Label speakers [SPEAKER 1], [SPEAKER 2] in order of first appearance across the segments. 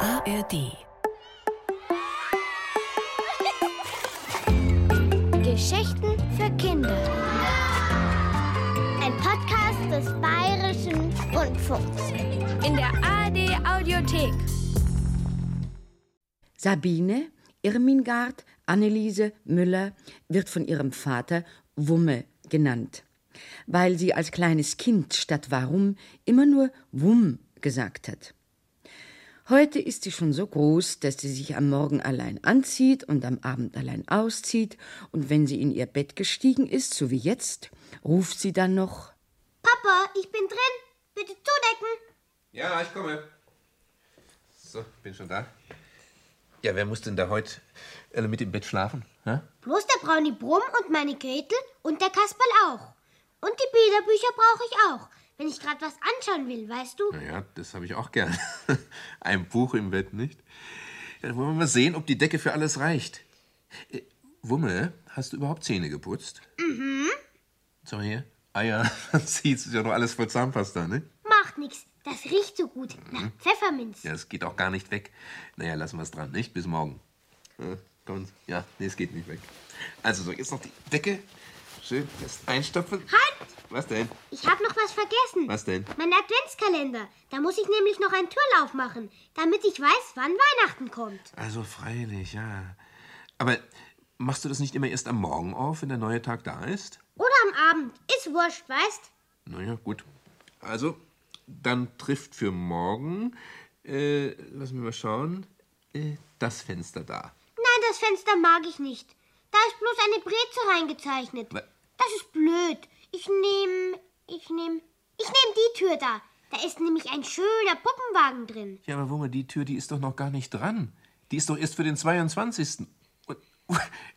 [SPEAKER 1] ARD.
[SPEAKER 2] Geschichten für Kinder. Ein Podcast des Bayerischen Rundfunks.
[SPEAKER 3] In der ARD Audiothek.
[SPEAKER 4] Sabine Irmingard Anneliese Müller wird von ihrem Vater Wumme genannt, weil sie als kleines Kind statt Warum immer nur Wumm gesagt hat. Heute ist sie schon so groß, dass sie sich am Morgen allein anzieht und am Abend allein auszieht, und wenn sie in ihr Bett gestiegen ist, so wie jetzt, ruft sie dann noch
[SPEAKER 2] Papa, ich bin drin. Bitte zudecken.
[SPEAKER 5] Ja, ich komme. So, bin schon da. Ja, wer muss denn da heute alle mit im Bett schlafen? hä?
[SPEAKER 2] Bloß der Brownie Brumm und meine Gretel und der Kasperl auch. Und die Bilderbücher brauche ich auch, wenn ich gerade was anschauen will, weißt du?
[SPEAKER 5] Ja, das habe ich auch gern. Ein Buch im Bett, nicht? Ja, dann wollen wir mal sehen, ob die Decke für alles reicht. Äh, Wumme, hast du überhaupt Zähne geputzt? Mhm. So hier. Ah ja, dann sieht's ist ja noch alles voll Zahnpasta, ne?
[SPEAKER 2] Macht nix. Das riecht so gut nach Pfefferminz.
[SPEAKER 5] Ja, es geht auch gar nicht weg. Naja, lassen wir es dran, nicht? Bis morgen. Ja, komm, ja, nee, es geht nicht weg. Also so, jetzt noch die Decke. Schön fest einstopfen.
[SPEAKER 2] Halt!
[SPEAKER 5] Was denn?
[SPEAKER 2] Ich habe noch was vergessen.
[SPEAKER 5] Was denn?
[SPEAKER 2] Mein Adventskalender. Da muss ich nämlich noch einen Türlauf machen, damit ich weiß, wann Weihnachten kommt.
[SPEAKER 5] Also freilich, ja. Aber machst du das nicht immer erst am Morgen auf, wenn der neue Tag da ist?
[SPEAKER 2] Oder am Abend. Ist wurscht, weißt?
[SPEAKER 5] Naja, gut. Also, dann trifft für morgen, äh, lass mich mal schauen, äh, das Fenster da.
[SPEAKER 2] Nein, das Fenster mag ich nicht. Da ist bloß eine Breze reingezeichnet.
[SPEAKER 5] Wa-
[SPEAKER 2] Das ist blöd. Ich nehme, ich nehme, ich nehme die Tür da. Da ist nämlich ein schöner Puppenwagen drin.
[SPEAKER 5] Ja, aber Wumme, die Tür, die ist doch noch gar nicht dran. Die ist doch erst für den 22. Und,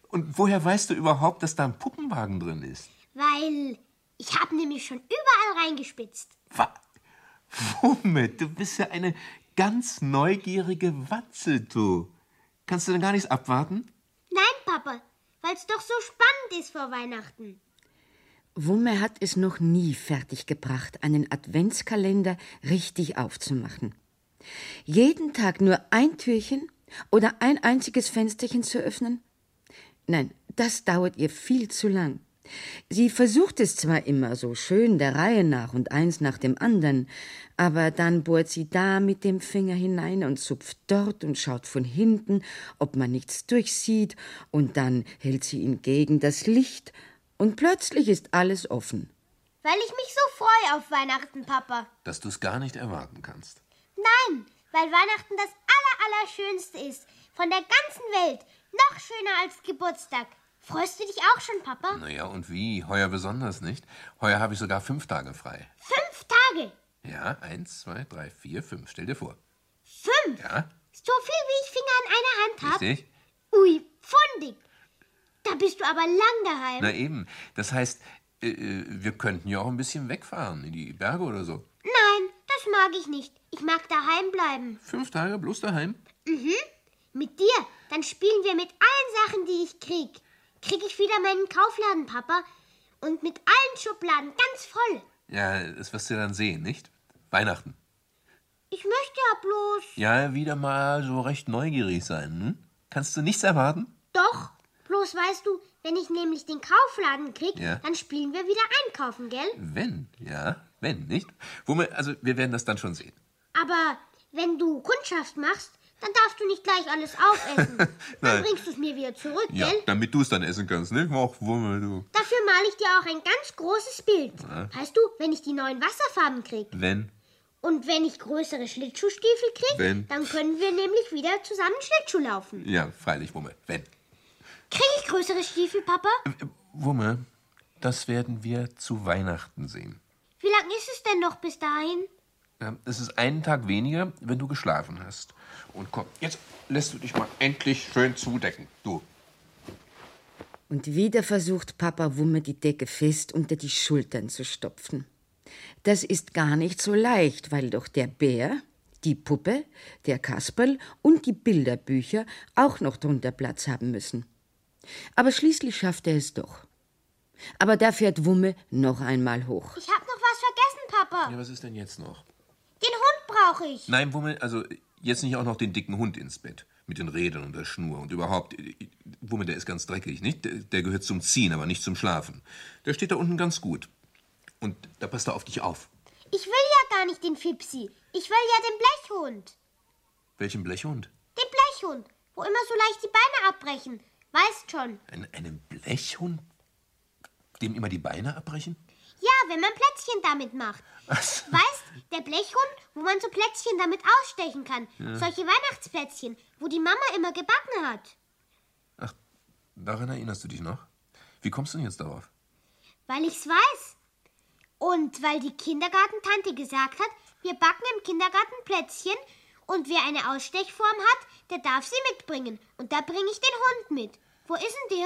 [SPEAKER 5] und woher weißt du überhaupt, dass da ein Puppenwagen drin ist?
[SPEAKER 2] Weil ich habe nämlich schon überall reingespitzt.
[SPEAKER 5] Wa Wumme, du bist ja eine ganz neugierige Watze, du. Kannst du denn gar nichts abwarten?
[SPEAKER 2] Nein, Papa, weil es doch so spannend ist vor Weihnachten.
[SPEAKER 4] Wumme hat es noch nie fertiggebracht, einen Adventskalender richtig aufzumachen. Jeden Tag nur ein Türchen oder ein einziges Fensterchen zu öffnen? Nein, das dauert ihr viel zu lang. Sie versucht es zwar immer so schön der Reihe nach und eins nach dem anderen, aber dann bohrt sie da mit dem Finger hinein und zupft dort und schaut von hinten, ob man nichts durchsieht, und dann hält sie ihn gegen das Licht, und plötzlich ist alles offen.
[SPEAKER 2] Weil ich mich so freue auf Weihnachten, Papa.
[SPEAKER 5] Dass du es gar nicht erwarten kannst.
[SPEAKER 2] Nein, weil Weihnachten das allerallerschönste ist. Von der ganzen Welt. Noch schöner als Geburtstag. Freust du dich auch schon, Papa?
[SPEAKER 5] Naja, und wie? Heuer besonders nicht. Heuer habe ich sogar fünf Tage frei.
[SPEAKER 2] Fünf Tage.
[SPEAKER 5] Ja, eins, zwei, drei, vier, fünf. Stell dir vor.
[SPEAKER 2] Fünf.
[SPEAKER 5] Ja,
[SPEAKER 2] So viel, wie ich Finger an einer Hand habe.
[SPEAKER 5] richtig?
[SPEAKER 2] Ui, pfundig. Da bist du aber lang daheim.
[SPEAKER 5] Na eben. Das heißt, äh, äh, wir könnten ja auch ein bisschen wegfahren, in die Berge oder so.
[SPEAKER 2] Nein, das mag ich nicht. Ich mag daheim bleiben.
[SPEAKER 5] Fünf Tage bloß daheim?
[SPEAKER 2] Mit dir, dann spielen wir mit allen Sachen, die ich krieg. Krieg ich wieder meinen Kaufladen, Papa. Und mit allen Schubladen ganz voll.
[SPEAKER 5] Ja, das wirst du dann sehen, nicht? Weihnachten.
[SPEAKER 2] Ich möchte ja bloß.
[SPEAKER 5] Ja, wieder mal so recht neugierig sein, hm? Kannst du nichts erwarten?
[SPEAKER 2] Doch, bloß weißt du, wenn ich nämlich den Kaufladen krieg,
[SPEAKER 5] Ja.
[SPEAKER 2] dann spielen wir wieder einkaufen, gell?
[SPEAKER 5] Wenn, ja, wenn, nicht? Wo wir, also, wir werden das dann schon sehen.
[SPEAKER 2] Aber wenn du Kundschaft machst, dann darfst du nicht gleich alles aufessen. dann
[SPEAKER 5] Nein.
[SPEAKER 2] bringst du es mir wieder zurück,
[SPEAKER 5] Ja,
[SPEAKER 2] gell?
[SPEAKER 5] damit du es dann essen kannst, ne? Auch Wummel, du.
[SPEAKER 2] Dafür male ich dir auch ein ganz großes Bild. Weißt du, wenn ich die neuen Wasserfarben krieg
[SPEAKER 5] Wenn.
[SPEAKER 2] und wenn ich größere Schlittschuhstiefel krieg,
[SPEAKER 5] Wenn.
[SPEAKER 2] dann können wir nämlich wieder zusammen Schlittschuh laufen.
[SPEAKER 5] Ja, freilich, Wumme. Wenn.
[SPEAKER 2] Krieg ich größere Stiefel, Papa?
[SPEAKER 5] Ähm. Wumme, Äh, das werden wir zu Weihnachten sehen.
[SPEAKER 2] Wie lang ist es denn noch bis dahin?
[SPEAKER 5] Ja, Ähm, Es ist einen Tag weniger, wenn du geschlafen hast. Und komm, jetzt lässt du dich mal endlich schön zudecken. Du.
[SPEAKER 4] Und wieder versucht Papa Wumme die Decke fest unter die Schultern zu stopfen. Das ist gar nicht so leicht, weil doch der Bär, die Puppe, der Kasperl und die Bilderbücher auch noch drunter Platz haben müssen. Aber schließlich schafft er es doch. Aber da fährt Wumme noch einmal hoch.
[SPEAKER 2] Ich hab noch was vergessen, Papa.
[SPEAKER 5] Ja, was ist denn jetzt noch?
[SPEAKER 2] Den Hund brauche ich.
[SPEAKER 5] Nein, Wumme, also Jetzt nicht auch noch den dicken Hund ins Bett. Mit den Rädern und der Schnur und überhaupt. äh, Wummer, der ist ganz dreckig, nicht? Der, der gehört zum Ziehen, aber nicht zum Schlafen. Der steht da unten ganz gut. Und da passt er auf dich auf.
[SPEAKER 2] Ich will ja gar nicht den Fipsi. Ich will ja den Blechhund.
[SPEAKER 5] Welchen Blechhund?
[SPEAKER 2] Den Blechhund, wo immer so leicht die Beine abbrechen. Weißt schon.
[SPEAKER 5] Ein, einen Blechhund? Dem immer die Beine abbrechen?
[SPEAKER 2] Ja, wenn man Plätzchen damit macht. Weißt, der Blechhund, wo man so Plätzchen damit ausstechen kann. Solche Weihnachtsplätzchen, wo die Mama immer gebacken hat.
[SPEAKER 5] Ach, daran erinnerst du dich noch? Wie kommst du denn jetzt darauf?
[SPEAKER 2] Weil ich's weiß. Und weil die Kindergartentante gesagt hat, wir backen im Kindergarten Plätzchen und wer eine Ausstechform hat, der darf sie mitbringen. Und da bringe ich den Hund mit. Wo ist denn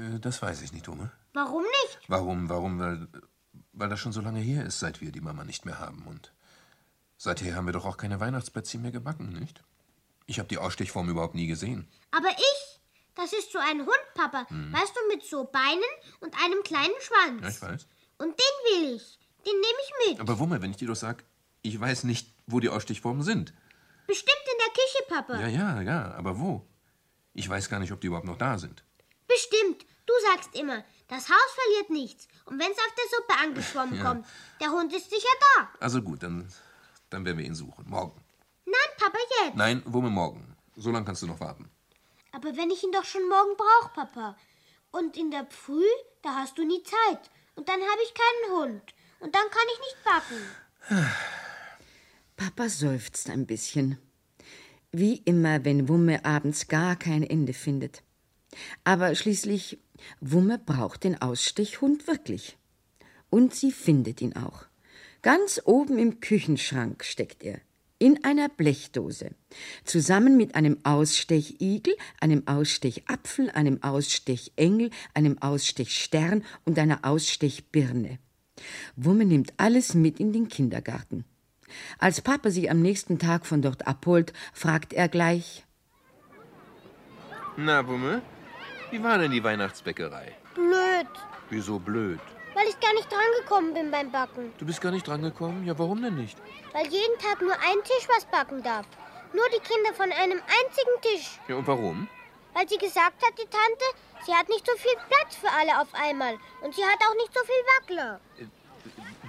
[SPEAKER 2] der?
[SPEAKER 5] Äh, das weiß ich nicht, Oma.
[SPEAKER 2] Warum nicht?
[SPEAKER 5] Warum, warum? Weil, weil das schon so lange her ist, seit wir die Mama nicht mehr haben. Und seither haben wir doch auch keine Weihnachtsplätzchen mehr gebacken, nicht? Ich habe die Ausstechform überhaupt nie gesehen.
[SPEAKER 2] Aber ich, das ist so ein Hund, Papa. Weißt du, mit so Beinen und einem kleinen Schwanz.
[SPEAKER 5] Mhm. Ja, ich weiß.
[SPEAKER 2] Und den will ich. Den nehme ich mit.
[SPEAKER 5] Aber Wumme, wenn ich dir doch sag, ich weiß nicht, wo die Ausstechformen sind.
[SPEAKER 2] Bestimmt in der Küche, Papa.
[SPEAKER 5] Ja, ja, ja, aber wo? Ich weiß gar nicht, ob die überhaupt noch da sind.
[SPEAKER 2] Bestimmt. Du sagst immer, das Haus verliert nichts. Und wenn es auf der Suppe angeschwommen
[SPEAKER 5] Ja.
[SPEAKER 2] kommt, der Hund ist sicher da.
[SPEAKER 5] Also gut, dann, dann werden wir ihn suchen. Morgen.
[SPEAKER 2] Nein, Papa, jetzt.
[SPEAKER 5] Nein, Wumme, morgen. So lange kannst du noch warten.
[SPEAKER 2] Aber wenn ich ihn doch schon morgen brauche, Papa. Und in der Früh, da hast du nie Zeit. Und dann habe ich keinen Hund. Und dann kann ich nicht backen.
[SPEAKER 4] Papa seufzt ein bisschen. Wie immer, wenn Wumme abends gar kein Ende findet. Aber schließlich, Wumme braucht den Ausstichhund wirklich. Und sie findet ihn auch. Ganz oben im Küchenschrank steckt er. In einer Blechdose. Zusammen mit einem Ausstechigel, einem Ausstechapfel, einem Ausstechengel, einem Ausstechstern und einer Ausstechbirne. Wumme nimmt alles mit in den Kindergarten. Als Papa sie am nächsten Tag von dort abholt, fragt er gleich.
[SPEAKER 5] Na, Wumme, wie war denn die Weihnachtsbäckerei?
[SPEAKER 2] Blöd,
[SPEAKER 5] Wieso blöd?
[SPEAKER 2] weil ich gar nicht drangekommen bin beim Backen.
[SPEAKER 5] Du bist gar nicht drangekommen? Ja, warum denn nicht?
[SPEAKER 2] weil jeden Tag nur ein Tisch was backen darf. Nur die Kinder von einem einzigen Tisch,
[SPEAKER 5] Ja, und warum?
[SPEAKER 2] weil sie gesagt hat, die Tante, sie hat nicht so viel Platz für alle auf einmal und sie hat auch nicht so viel Wackler.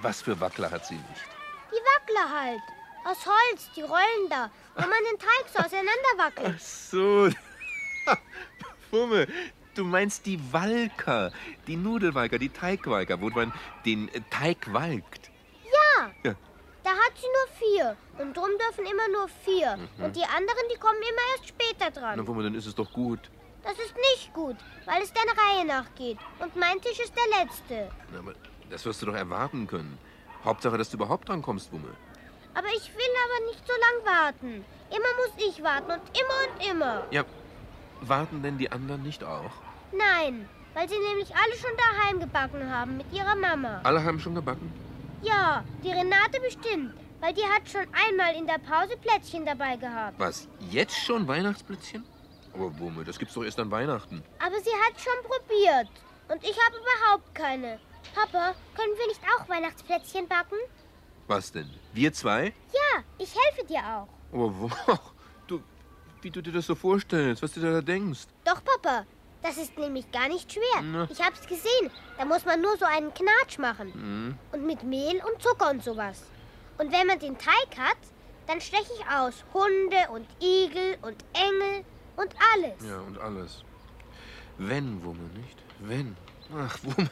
[SPEAKER 5] Was für Wackler hat sie nicht?
[SPEAKER 2] Die Wackler halt. Aus Holz, die rollen da, wo man den Teig so auseinander wackelt.
[SPEAKER 5] So. Wumme, du meinst die Walker, die Nudelwalker, die Teigwalker, wo man den äh, Teig walkt.
[SPEAKER 2] Da hat sie nur vier und drum dürfen immer nur vier. Und die anderen, die kommen immer erst später
[SPEAKER 5] Mhm. Na,
[SPEAKER 2] dran.
[SPEAKER 5] Wumme, dann ist es doch gut.
[SPEAKER 2] Das ist nicht gut, weil es der Reihe nach geht. Und mein Tisch ist der letzte.
[SPEAKER 5] Na, aber das wirst du doch erwarten können. Hauptsache, dass du überhaupt drankommst, Wumme.
[SPEAKER 2] Aber ich will aber nicht so lang warten. Immer muss ich warten und immer und immer.
[SPEAKER 5] Ja, warten denn die anderen nicht auch?
[SPEAKER 2] Nein, weil sie nämlich alle schon daheim gebacken haben mit ihrer Mama.
[SPEAKER 5] Alle haben schon gebacken?
[SPEAKER 2] Ja, die Renate bestimmt, weil die hat schon einmal in der Pause Plätzchen dabei gehabt.
[SPEAKER 5] Was, jetzt schon Weihnachtsplätzchen? Aber Wumme, das gibt's doch erst an Weihnachten.
[SPEAKER 2] Aber sie hat schon probiert. Und ich habe überhaupt keine. Papa, können wir nicht auch Weihnachtsplätzchen backen?
[SPEAKER 5] Was denn? Wir zwei?
[SPEAKER 2] Ja, ich helfe dir auch.
[SPEAKER 5] Aber wo, du, wie du dir das so vorstellst, was du da denkst.
[SPEAKER 2] Doch, Papa, das ist nämlich gar nicht schwer.
[SPEAKER 5] Na.
[SPEAKER 2] Ich hab's gesehen. Da muss man nur so einen Knatsch machen.
[SPEAKER 5] Hm.
[SPEAKER 2] Und mit Mehl und Zucker und sowas. Und wenn man den Teig hat, dann steche ich aus Hunde und Igel und Engel und alles.
[SPEAKER 5] Ja, und alles. Wenn, Wumme, nicht? Wenn. Ach, Wumme.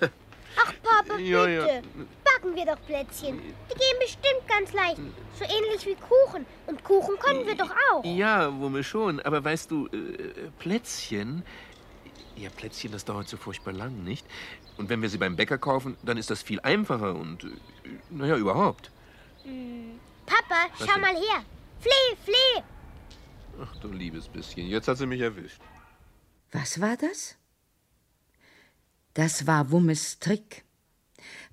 [SPEAKER 2] Ach, Papa,
[SPEAKER 5] Ja, ja.
[SPEAKER 2] bitte. Backen wir doch Plätzchen. Die gehen bestimmt ganz leicht. So ähnlich wie Kuchen. Und Kuchen können wir doch auch.
[SPEAKER 5] Ja, Wumme schon, aber weißt du, äh, Plätzchen. Ja, Plätzchen, das dauert so furchtbar lang, nicht? Und wenn wir sie beim Bäcker kaufen, dann ist das viel einfacher und, äh, naja, überhaupt.
[SPEAKER 2] Papa, schau
[SPEAKER 5] denn?
[SPEAKER 2] mal her. Flee, Flee.
[SPEAKER 5] Ach du liebes Bisschen, jetzt hat sie mich erwischt.
[SPEAKER 4] Was war das? Das war Wummes Trick.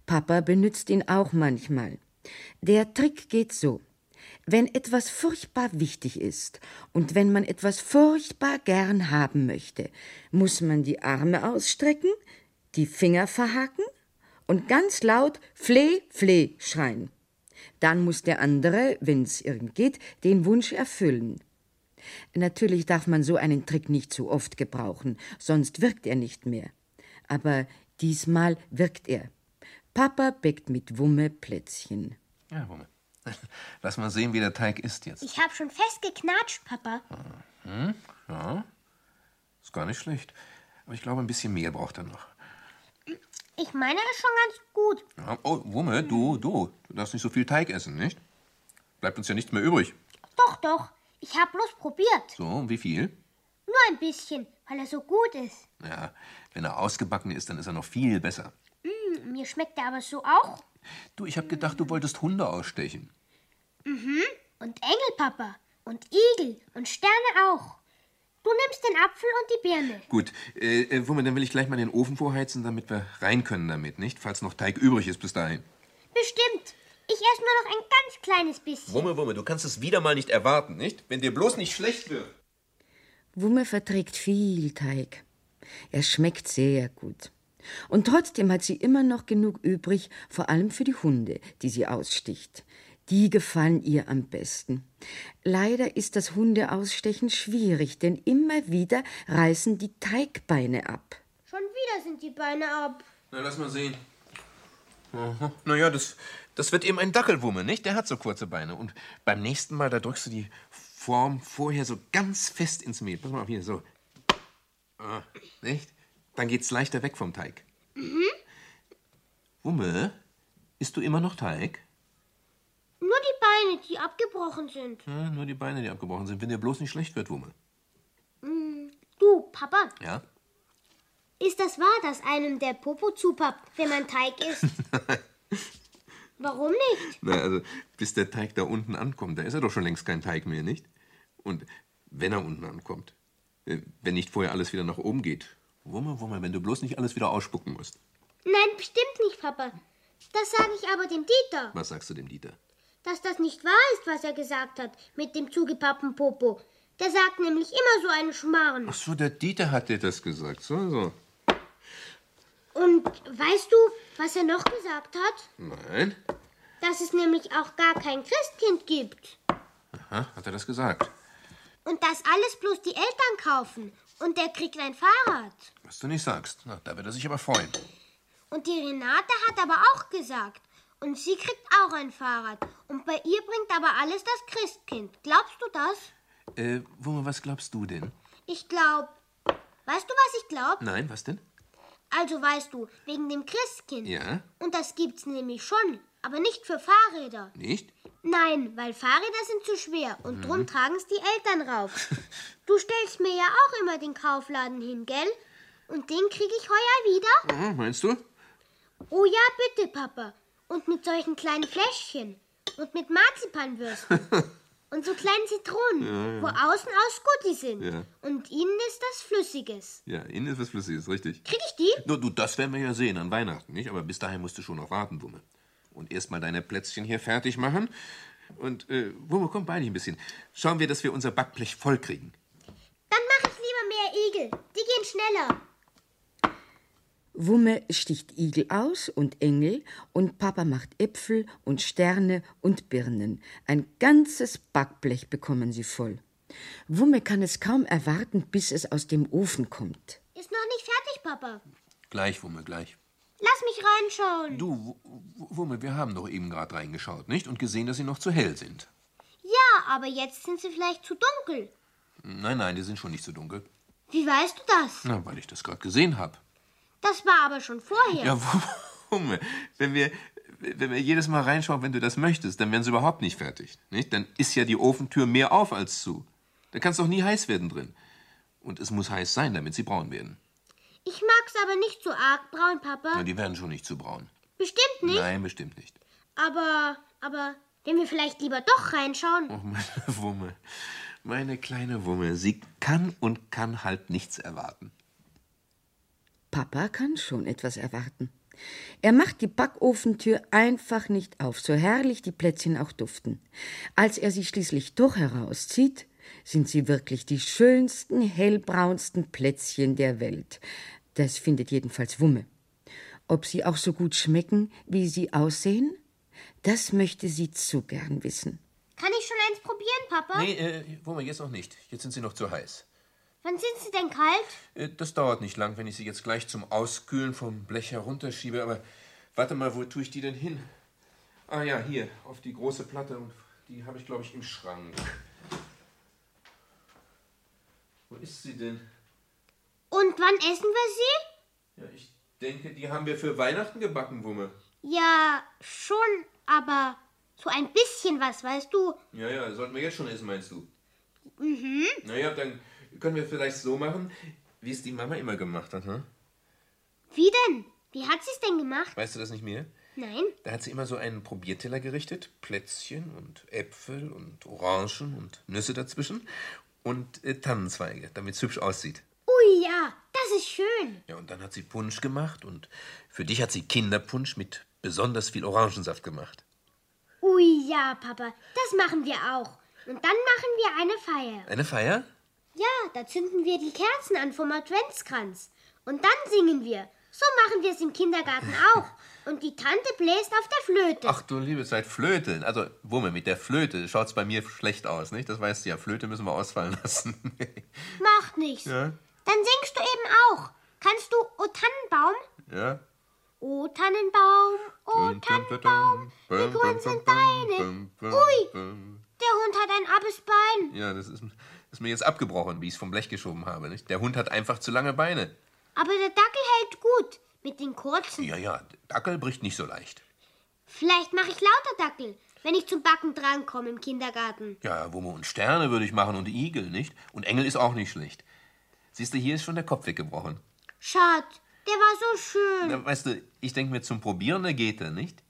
[SPEAKER 4] Papa benützt ihn auch manchmal. Der Trick geht so. Wenn etwas furchtbar wichtig ist und wenn man etwas furchtbar gern haben möchte, muss man die Arme ausstrecken, die Finger verhaken und ganz laut Fleh, Fleh schreien. Dann muss der andere, wenn es irgend geht, den Wunsch erfüllen. Natürlich darf man so einen Trick nicht zu oft gebrauchen, sonst wirkt er nicht mehr. Aber diesmal wirkt er. Papa bäckt mit Wumme Plätzchen.
[SPEAKER 5] Ja, Wumme. Lass mal sehen, wie der Teig ist jetzt.
[SPEAKER 2] Ich habe schon fest geknatscht, Papa.
[SPEAKER 5] Ja, ist gar nicht schlecht. Aber ich glaube, ein bisschen mehr braucht er noch.
[SPEAKER 2] Ich meine das schon ganz gut.
[SPEAKER 5] Ja, oh, Wumme, du, du, du darfst nicht so viel Teig essen, nicht? Bleibt uns ja nichts mehr übrig.
[SPEAKER 2] Doch, doch. Ich habe bloß probiert.
[SPEAKER 5] So, und wie viel?
[SPEAKER 2] Nur ein bisschen, weil er so gut ist.
[SPEAKER 5] Ja, wenn er ausgebacken ist, dann ist er noch viel besser.
[SPEAKER 2] Hm, Mir schmeckt er aber so auch.
[SPEAKER 5] Du, ich habe gedacht, du wolltest Hunde ausstechen.
[SPEAKER 2] Und Engel, Papa. Und Igel. Und Sterne auch. Du nimmst den Apfel und die Birne.
[SPEAKER 5] Gut, äh, äh, Wumme, dann will ich gleich mal den Ofen vorheizen, damit wir rein können damit, nicht? Falls noch Teig übrig ist bis dahin.
[SPEAKER 2] Bestimmt. Ich esse nur noch ein ganz kleines bisschen.
[SPEAKER 5] Wumme, Wumme, du kannst es wieder mal nicht erwarten, nicht? Wenn dir bloß nicht schlecht wird.
[SPEAKER 4] Wumme verträgt viel Teig. Er schmeckt sehr gut. Und trotzdem hat sie immer noch genug übrig, vor allem für die Hunde, die sie aussticht. Die gefallen ihr am besten. Leider ist das Hundeausstechen schwierig, denn immer wieder reißen die Teigbeine ab.
[SPEAKER 2] Schon wieder sind die Beine ab.
[SPEAKER 5] Na, lass mal sehen. Aha. Naja, das, das wird eben ein Dackelwumme, nicht? Der hat so kurze Beine. Und beim nächsten Mal, da drückst du die Form vorher so ganz fest ins Mehl. Pass mal auf hier, so. Ah, nicht? Dann geht's leichter weg vom Teig. Wumme, isst du immer noch Teig?
[SPEAKER 2] Nur die Beine, die abgebrochen sind.
[SPEAKER 5] Ja, nur die Beine, die abgebrochen sind. Wenn dir bloß nicht schlecht wird, Wumme.
[SPEAKER 2] Du, Papa,
[SPEAKER 5] Ja?
[SPEAKER 2] ist das wahr, dass einem der Popo zupappt, wenn man Teig isst? Warum nicht?
[SPEAKER 5] Na, also, bis der Teig da unten ankommt, da ist er doch schon längst kein Teig mehr, nicht? Und wenn er unten ankommt, äh, wenn nicht vorher alles wieder nach oben geht. Wumme, Wumme, wenn du bloß nicht alles wieder ausspucken musst.
[SPEAKER 2] Nein, bestimmt nicht, Papa. Das sage ich aber dem Dieter,
[SPEAKER 5] Was sagst du dem Dieter?
[SPEAKER 2] dass das nicht wahr ist, was er gesagt hat mit dem zugepappten Popo. Der sagt nämlich immer so einen Schmarrn.
[SPEAKER 5] Ach so, der Dieter hat dir das gesagt. So, so.
[SPEAKER 2] Und weißt du, was er noch gesagt hat?
[SPEAKER 5] Nein.
[SPEAKER 2] Dass es nämlich auch gar kein Christkind gibt.
[SPEAKER 5] Aha, hat er das gesagt?
[SPEAKER 2] Und dass alles bloß die Eltern kaufen. Und der kriegt ein Fahrrad.
[SPEAKER 5] Was du nicht sagst. Na, da wird er sich aber freuen.
[SPEAKER 2] Und die Renate hat aber auch gesagt. Und sie kriegt auch ein Fahrrad. Und bei ihr bringt aber alles das Christkind. Glaubst du das?
[SPEAKER 5] Äh, Wumme, was glaubst du denn?
[SPEAKER 2] Ich glaub. Weißt du, was ich glaub?
[SPEAKER 5] Nein, was denn?
[SPEAKER 2] Also weißt du, wegen dem Christkind.
[SPEAKER 5] Ja?
[SPEAKER 2] Und das gibt's nämlich schon. Aber nicht für Fahrräder.
[SPEAKER 5] Nicht?
[SPEAKER 2] Nein, weil Fahrräder sind zu schwer
[SPEAKER 5] Mhm.
[SPEAKER 2] und drum tragen's die Eltern rauf. Du stellst mir ja auch immer den Kaufladen hin, gell? Und den krieg ich heuer wieder?
[SPEAKER 5] Aha, Mhm, meinst du?
[SPEAKER 2] Oh ja, bitte, Papa. Und mit solchen kleinen Fläschchen. Und mit Marzipanwürsten. und so kleinen Zitronen, wo außen aus Gutti sind.
[SPEAKER 5] Ja.
[SPEAKER 2] Und innen ist das Flüssiges.
[SPEAKER 5] Ja, innen ist was Flüssiges, richtig.
[SPEAKER 2] Krieg ich die?
[SPEAKER 5] Nur du, das werden wir ja sehen an Weihnachten, nicht? Aber bis dahin musst du schon noch warten, Wumme. Und erst mal deine Plätzchen hier fertig machen. Und, äh, Wumme, komm bei dich ein bisschen. Schauen wir, dass wir unser Backblech voll kriegen.
[SPEAKER 2] Dann mache ich lieber mehr Igel. Die gehen schneller.
[SPEAKER 4] Wumme sticht Igel aus und Engel und Papa macht Äpfel und Sterne und Birnen. Ein ganzes Backblech bekommen sie voll. Wumme kann es kaum erwarten, bis es aus dem Ofen kommt.
[SPEAKER 2] Ist noch nicht fertig, Papa.
[SPEAKER 5] Gleich, Wumme, gleich.
[SPEAKER 2] Lass mich reinschauen.
[SPEAKER 5] Du, W- W- Wumme, wir haben doch eben gerade reingeschaut, nicht? Und gesehen, dass sie noch zu hell sind.
[SPEAKER 2] Ja, aber jetzt sind sie vielleicht zu dunkel.
[SPEAKER 5] Nein, nein, die sind schon nicht so dunkel.
[SPEAKER 2] Wie weißt du das?
[SPEAKER 5] Na, weil ich das gerade gesehen habe.
[SPEAKER 2] Das war aber schon vorher.
[SPEAKER 5] Ja, Wumme, wenn wir, wenn wir jedes Mal reinschauen, wenn du das möchtest, dann wären sie überhaupt nicht fertig. Nicht? Dann ist ja die Ofentür mehr auf als zu. Da kann es doch nie heiß werden drin. Und es muss heiß sein, damit sie braun werden.
[SPEAKER 2] Ich mag's aber nicht so arg braun, Papa.
[SPEAKER 5] Na, die werden schon nicht zu braun.
[SPEAKER 2] Bestimmt nicht.
[SPEAKER 5] Nein, bestimmt Ah. nicht.
[SPEAKER 2] Aber, aber, wenn wir vielleicht lieber doch reinschauen.
[SPEAKER 5] Oh, meine Wumme. Meine kleine Wumme. Sie kann und kann halt nichts erwarten.
[SPEAKER 4] Papa kann schon etwas erwarten. Er macht die Backofentür einfach nicht auf, so herrlich die Plätzchen auch duften. Als er sie schließlich doch herauszieht, sind sie wirklich die schönsten, hellbraunsten Plätzchen der Welt. Das findet jedenfalls Wumme. Ob sie auch so gut schmecken, wie sie aussehen? Das möchte sie zu gern wissen.
[SPEAKER 2] Kann ich schon eins probieren, Papa?
[SPEAKER 5] Nee, äh, Wumme, jetzt noch nicht. Jetzt sind sie noch zu heiß.
[SPEAKER 2] Wann sind sie denn kalt?
[SPEAKER 5] Äh, das dauert nicht lang, wenn ich sie jetzt gleich zum Auskühlen vom Blech herunterschiebe. Aber warte mal, wo tue ich die denn hin? Ah ja, hier, auf die große Platte. Und die habe ich, glaube ich, im Schrank. Wo ist sie denn?
[SPEAKER 2] Und wann essen wir
[SPEAKER 5] Ja, ich denke, die haben wir für Weihnachten gebacken, Wumme.
[SPEAKER 2] sie? Ja, schon, aber so ein bisschen was, weißt du?
[SPEAKER 5] Ja, ja, sollten wir jetzt schon essen, meinst du? Mhm. Naja, dann können wir vielleicht so machen, wie es die Mama immer gemacht hat, hm?
[SPEAKER 2] Wie denn? Wie hat sie es denn gemacht?
[SPEAKER 5] Weißt du das nicht mehr?
[SPEAKER 2] Nein,
[SPEAKER 5] Da hat sie immer so einen Probierteller gerichtet, Plätzchen und Äpfel und Orangen und Nüsse dazwischen und äh, Tannenzweige, damit es hübsch aussieht.
[SPEAKER 2] Ui, ja, das ist schön.
[SPEAKER 5] Ja, und dann hat sie Punsch gemacht und für dich hat sie Kinderpunsch mit besonders viel Orangensaft gemacht.
[SPEAKER 2] Ui, ja, Papa, das machen wir auch. Und dann machen wir eine Feier.
[SPEAKER 5] Eine Feier?
[SPEAKER 2] Ja, da zünden wir die Kerzen an vom Adventskranz. Und dann singen wir. So machen wir es im Kindergarten auch. Und die Tante bläst auf der Flöte.
[SPEAKER 5] Ach du liebe Zeit, Flöte. Also, Wumme, mit der Flöte schaut's bei mir schlecht aus, nicht? Das weißt du ja. Flöte müssen wir ausfallen lassen.
[SPEAKER 2] Macht nichts.
[SPEAKER 5] Ja.
[SPEAKER 2] Dann singst du eben auch. Kannst du O Tannenbaum?
[SPEAKER 5] ja?
[SPEAKER 2] O Tannenbaum, O Oh, Tannenbaum, wie grün sind deine. Ui, der Hund hat ein abes Bein.
[SPEAKER 5] Ja, das ist, ist mir jetzt abgebrochen, wie ich es vom Blech geschoben habe, nicht? Der Hund hat einfach zu lange Beine.
[SPEAKER 2] Aber der Dackel hält gut. Mit den kurzen.
[SPEAKER 5] Ja, ja, Dackel bricht nicht so leicht.
[SPEAKER 2] Vielleicht mache ich lauter Dackel, wenn ich zum Backen drankomme im Kindergarten.
[SPEAKER 5] Ja, Wumme und Sterne würde ich machen und Igel, nicht? Und Engel ist auch nicht schlecht. Siehst du, hier ist schon der Kopf weggebrochen.
[SPEAKER 2] Schad, der war so schön.
[SPEAKER 5] Na, weißt du, ich denke mir, zum Probieren da geht er, nicht?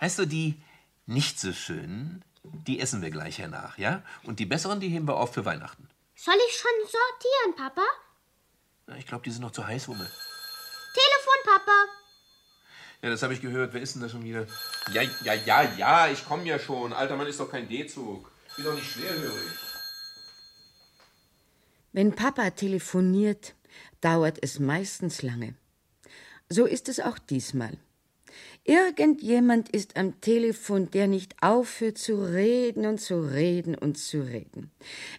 [SPEAKER 5] Weißt du, die nicht so schönen, die essen wir gleich hernach, ja? Und die besseren, die heben wir auf für Weihnachten.
[SPEAKER 2] Soll ich schon sortieren, Papa?
[SPEAKER 5] Na, Ich glaube, die sind noch zu heiß, Wumme.
[SPEAKER 2] Telefon, Papa.
[SPEAKER 5] Ja, das habe ich gehört. Wer ist denn da schon wieder? Ja, ja, ja, ja, ich komme ja schon. Alter Mann ist doch kein D-Zug. Bin doch nicht schwerhörig.
[SPEAKER 4] Wenn Papa telefoniert, dauert es meistens lange. So ist es auch diesmal. Irgendjemand ist am Telefon, der nicht aufhört zu reden und zu reden und zu reden.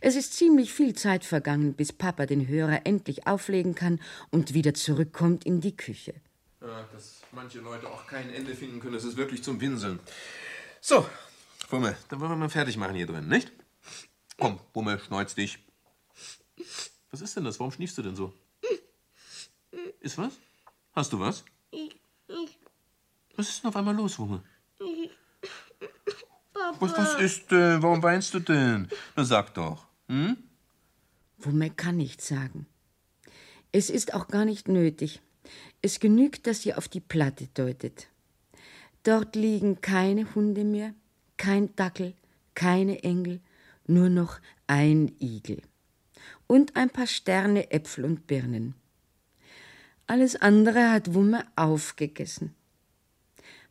[SPEAKER 4] Es ist ziemlich viel Zeit vergangen, bis Papa den Hörer endlich auflegen kann und wieder zurückkommt in die Küche.
[SPEAKER 5] Ja, Äh, dass manche Leute auch kein Ende finden können, das ist wirklich zum Winseln. So, Wumme, dann wollen wir mal fertig machen hier drin, nicht? Komm, Wumme, schneuz dich. Was ist denn das? Warum schniefst du denn so? Ist was? Hast du was? Was ist denn auf einmal los, Wumme? Was, was ist denn? Warum weinst du denn? Na, sag doch.
[SPEAKER 4] Wumme kann nichts sagen. Es ist auch gar nicht nötig. Es genügt, dass sie auf die Platte deutet. Dort liegen keine Hunde mehr, kein Dackel, keine Engel, nur noch ein Igel. Und ein paar Sterne, Äpfel und Birnen. Alles andere hat Wumme aufgegessen.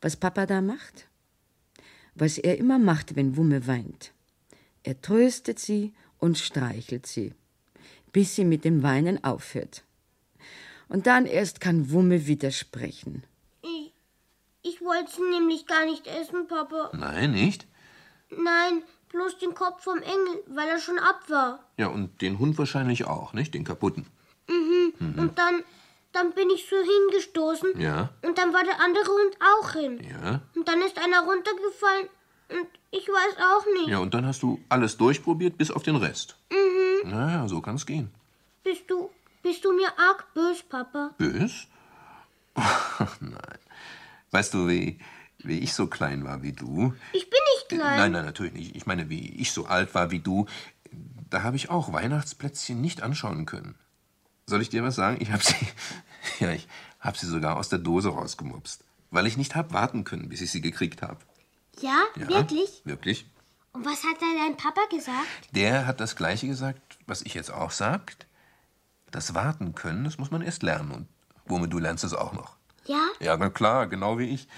[SPEAKER 4] Was Papa da macht? Was er immer macht, wenn Wumme weint. Er tröstet sie und streichelt sie, bis sie mit dem Weinen aufhört. Und dann erst kann Wumme widersprechen.
[SPEAKER 2] Ich, ich wollte es nämlich gar nicht essen, Papa.
[SPEAKER 5] Nein, nicht?
[SPEAKER 2] Nein, bloß den Kopf vom Engel, weil er schon ab war.
[SPEAKER 5] Ja, und den Hund wahrscheinlich auch, nicht? Den kaputten.
[SPEAKER 2] Und dann, dann bin ich so hingestoßen.
[SPEAKER 5] Mhm. Ja.
[SPEAKER 2] Und dann war der andere Hund auch hin.
[SPEAKER 5] Ja.
[SPEAKER 2] Und dann ist einer runtergefallen. Und ich weiß auch nicht.
[SPEAKER 5] Ja, und dann hast du alles durchprobiert, bis auf den Rest. Mhm. Naja, so kann's gehen.
[SPEAKER 2] Bist du, bist du mir arg bös, Papa?
[SPEAKER 5] Bis? Ach nein. Weißt du, wie, wie ich so klein war wie du?
[SPEAKER 2] Ich bin nicht klein.
[SPEAKER 5] Äh, Nein, nein, natürlich nicht. Ich meine, wie ich so alt war wie du, da habe ich auch Weihnachtsplätzchen nicht anschauen können. Soll ich dir was sagen? Ich habe sie, ja, ich habe sie sogar aus der Dose rausgemupst, weil ich nicht hab warten können, bis ich sie gekriegt habe.
[SPEAKER 2] Ja, wirklich?
[SPEAKER 5] Wirklich?
[SPEAKER 2] Und was hat da dein Papa gesagt?
[SPEAKER 5] Der hat das Gleiche gesagt, was ich jetzt auch sagt. Das Warten können, das muss man erst lernen. Und womit du lernst es auch noch.
[SPEAKER 2] Ja?
[SPEAKER 5] Ja, na klar, genau wie ich.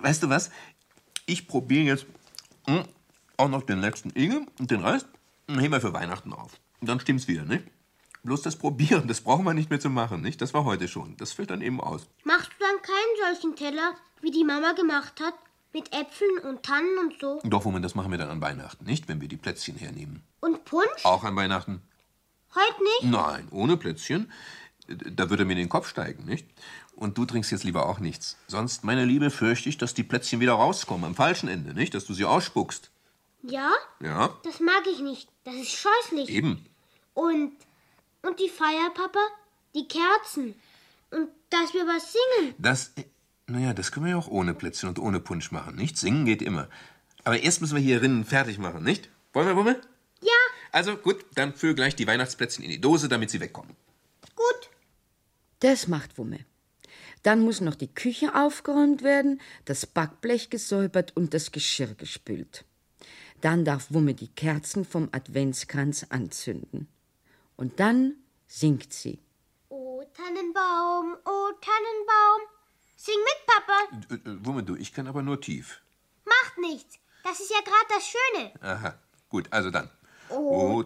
[SPEAKER 5] Weißt du was? Ich probiere jetzt hm, auch noch den letzten Igel und den Rest hm, heben wir für Weihnachten auf. Und dann stimmt's wieder, ne? Bloß das Probieren, das brauchen wir nicht mehr zu machen, nicht? Das war heute schon. Das fällt dann eben aus.
[SPEAKER 2] Machst du dann keinen solchen Teller, wie die Mama gemacht hat? Mit Äpfeln und Tannen und so.
[SPEAKER 5] Doch, Wumme, das machen wir dann an Weihnachten, nicht? Wenn wir die Plätzchen hernehmen.
[SPEAKER 2] Und Punsch?
[SPEAKER 5] Auch an Weihnachten?
[SPEAKER 2] Heute nicht?
[SPEAKER 5] Nein, ohne Plätzchen. Da würde mir in den Kopf steigen, nicht? Und du trinkst jetzt lieber auch nichts. Sonst, meine Liebe, fürchte ich, dass die Plätzchen wieder rauskommen. Am falschen Ende, nicht? Dass du sie ausspuckst.
[SPEAKER 2] Ja?
[SPEAKER 5] Ja,
[SPEAKER 2] Das mag ich nicht. Das ist scheußlich.
[SPEAKER 5] eben.
[SPEAKER 2] Und, und die Feier, Papa? Die Kerzen. Und dass wir was singen.
[SPEAKER 5] Das, äh, naja, das können wir ja auch ohne Plätzchen und ohne Punsch machen, nicht? Singen geht immer. Aber erst müssen wir hier rinnen fertig machen, nicht? Wollen wir, Wumme?
[SPEAKER 2] Ja,
[SPEAKER 5] Also gut, dann füll gleich die Weihnachtsplätzchen in die Dose, damit sie wegkommen.
[SPEAKER 2] gut.
[SPEAKER 4] Das macht Wumme. Dann muss noch die Küche aufgeräumt werden, das Backblech gesäubert und das Geschirr gespült. Dann darf Wumme die Kerzen vom Adventskranz anzünden. Und dann singt sie.
[SPEAKER 2] O Tannenbaum, o Tannenbaum. Sing mit, Papa.
[SPEAKER 5] Äh, äh, Wumme, du, ich kann aber nur tief.
[SPEAKER 2] Macht nichts. Das ist ja gerade das Schöne.
[SPEAKER 5] Aha, gut, also dann.
[SPEAKER 2] O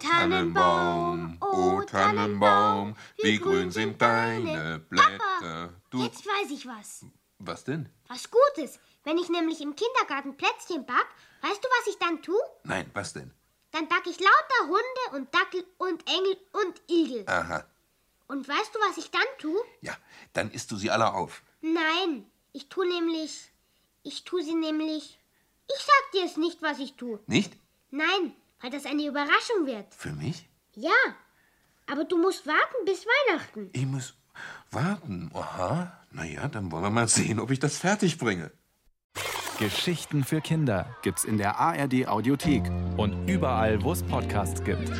[SPEAKER 2] Tannenbaum, o Tannenbaum, wie grün sind deine Blätter.
[SPEAKER 5] Du,
[SPEAKER 2] Jetzt weiß ich was.
[SPEAKER 5] was denn?
[SPEAKER 2] Was Gutes. Wenn ich nämlich im Kindergarten Plätzchen back, weißt du, was ich dann tue?
[SPEAKER 5] Nein, was denn?
[SPEAKER 2] Dann back ich lauter Hunde und Dackel und Engel und Igel.
[SPEAKER 5] Aha,
[SPEAKER 2] Und weißt du, was ich dann tue?
[SPEAKER 5] ja, dann isst du sie alle auf.
[SPEAKER 2] Nein, ich tue nämlich. Ich tue sie nämlich. Ich sag dir es nicht, was ich tue.
[SPEAKER 5] Nicht?
[SPEAKER 2] Nein, weil das eine Überraschung wird.
[SPEAKER 5] Für mich?
[SPEAKER 2] Ja, aber du musst warten bis Weihnachten.
[SPEAKER 5] Ich muss warten. Aha, naja, dann wollen wir mal sehen, ob ich das fertig bringe.
[SPEAKER 1] Geschichten für Kinder gibt's in der ARD Audiothek und überall, wo es Podcasts gibt.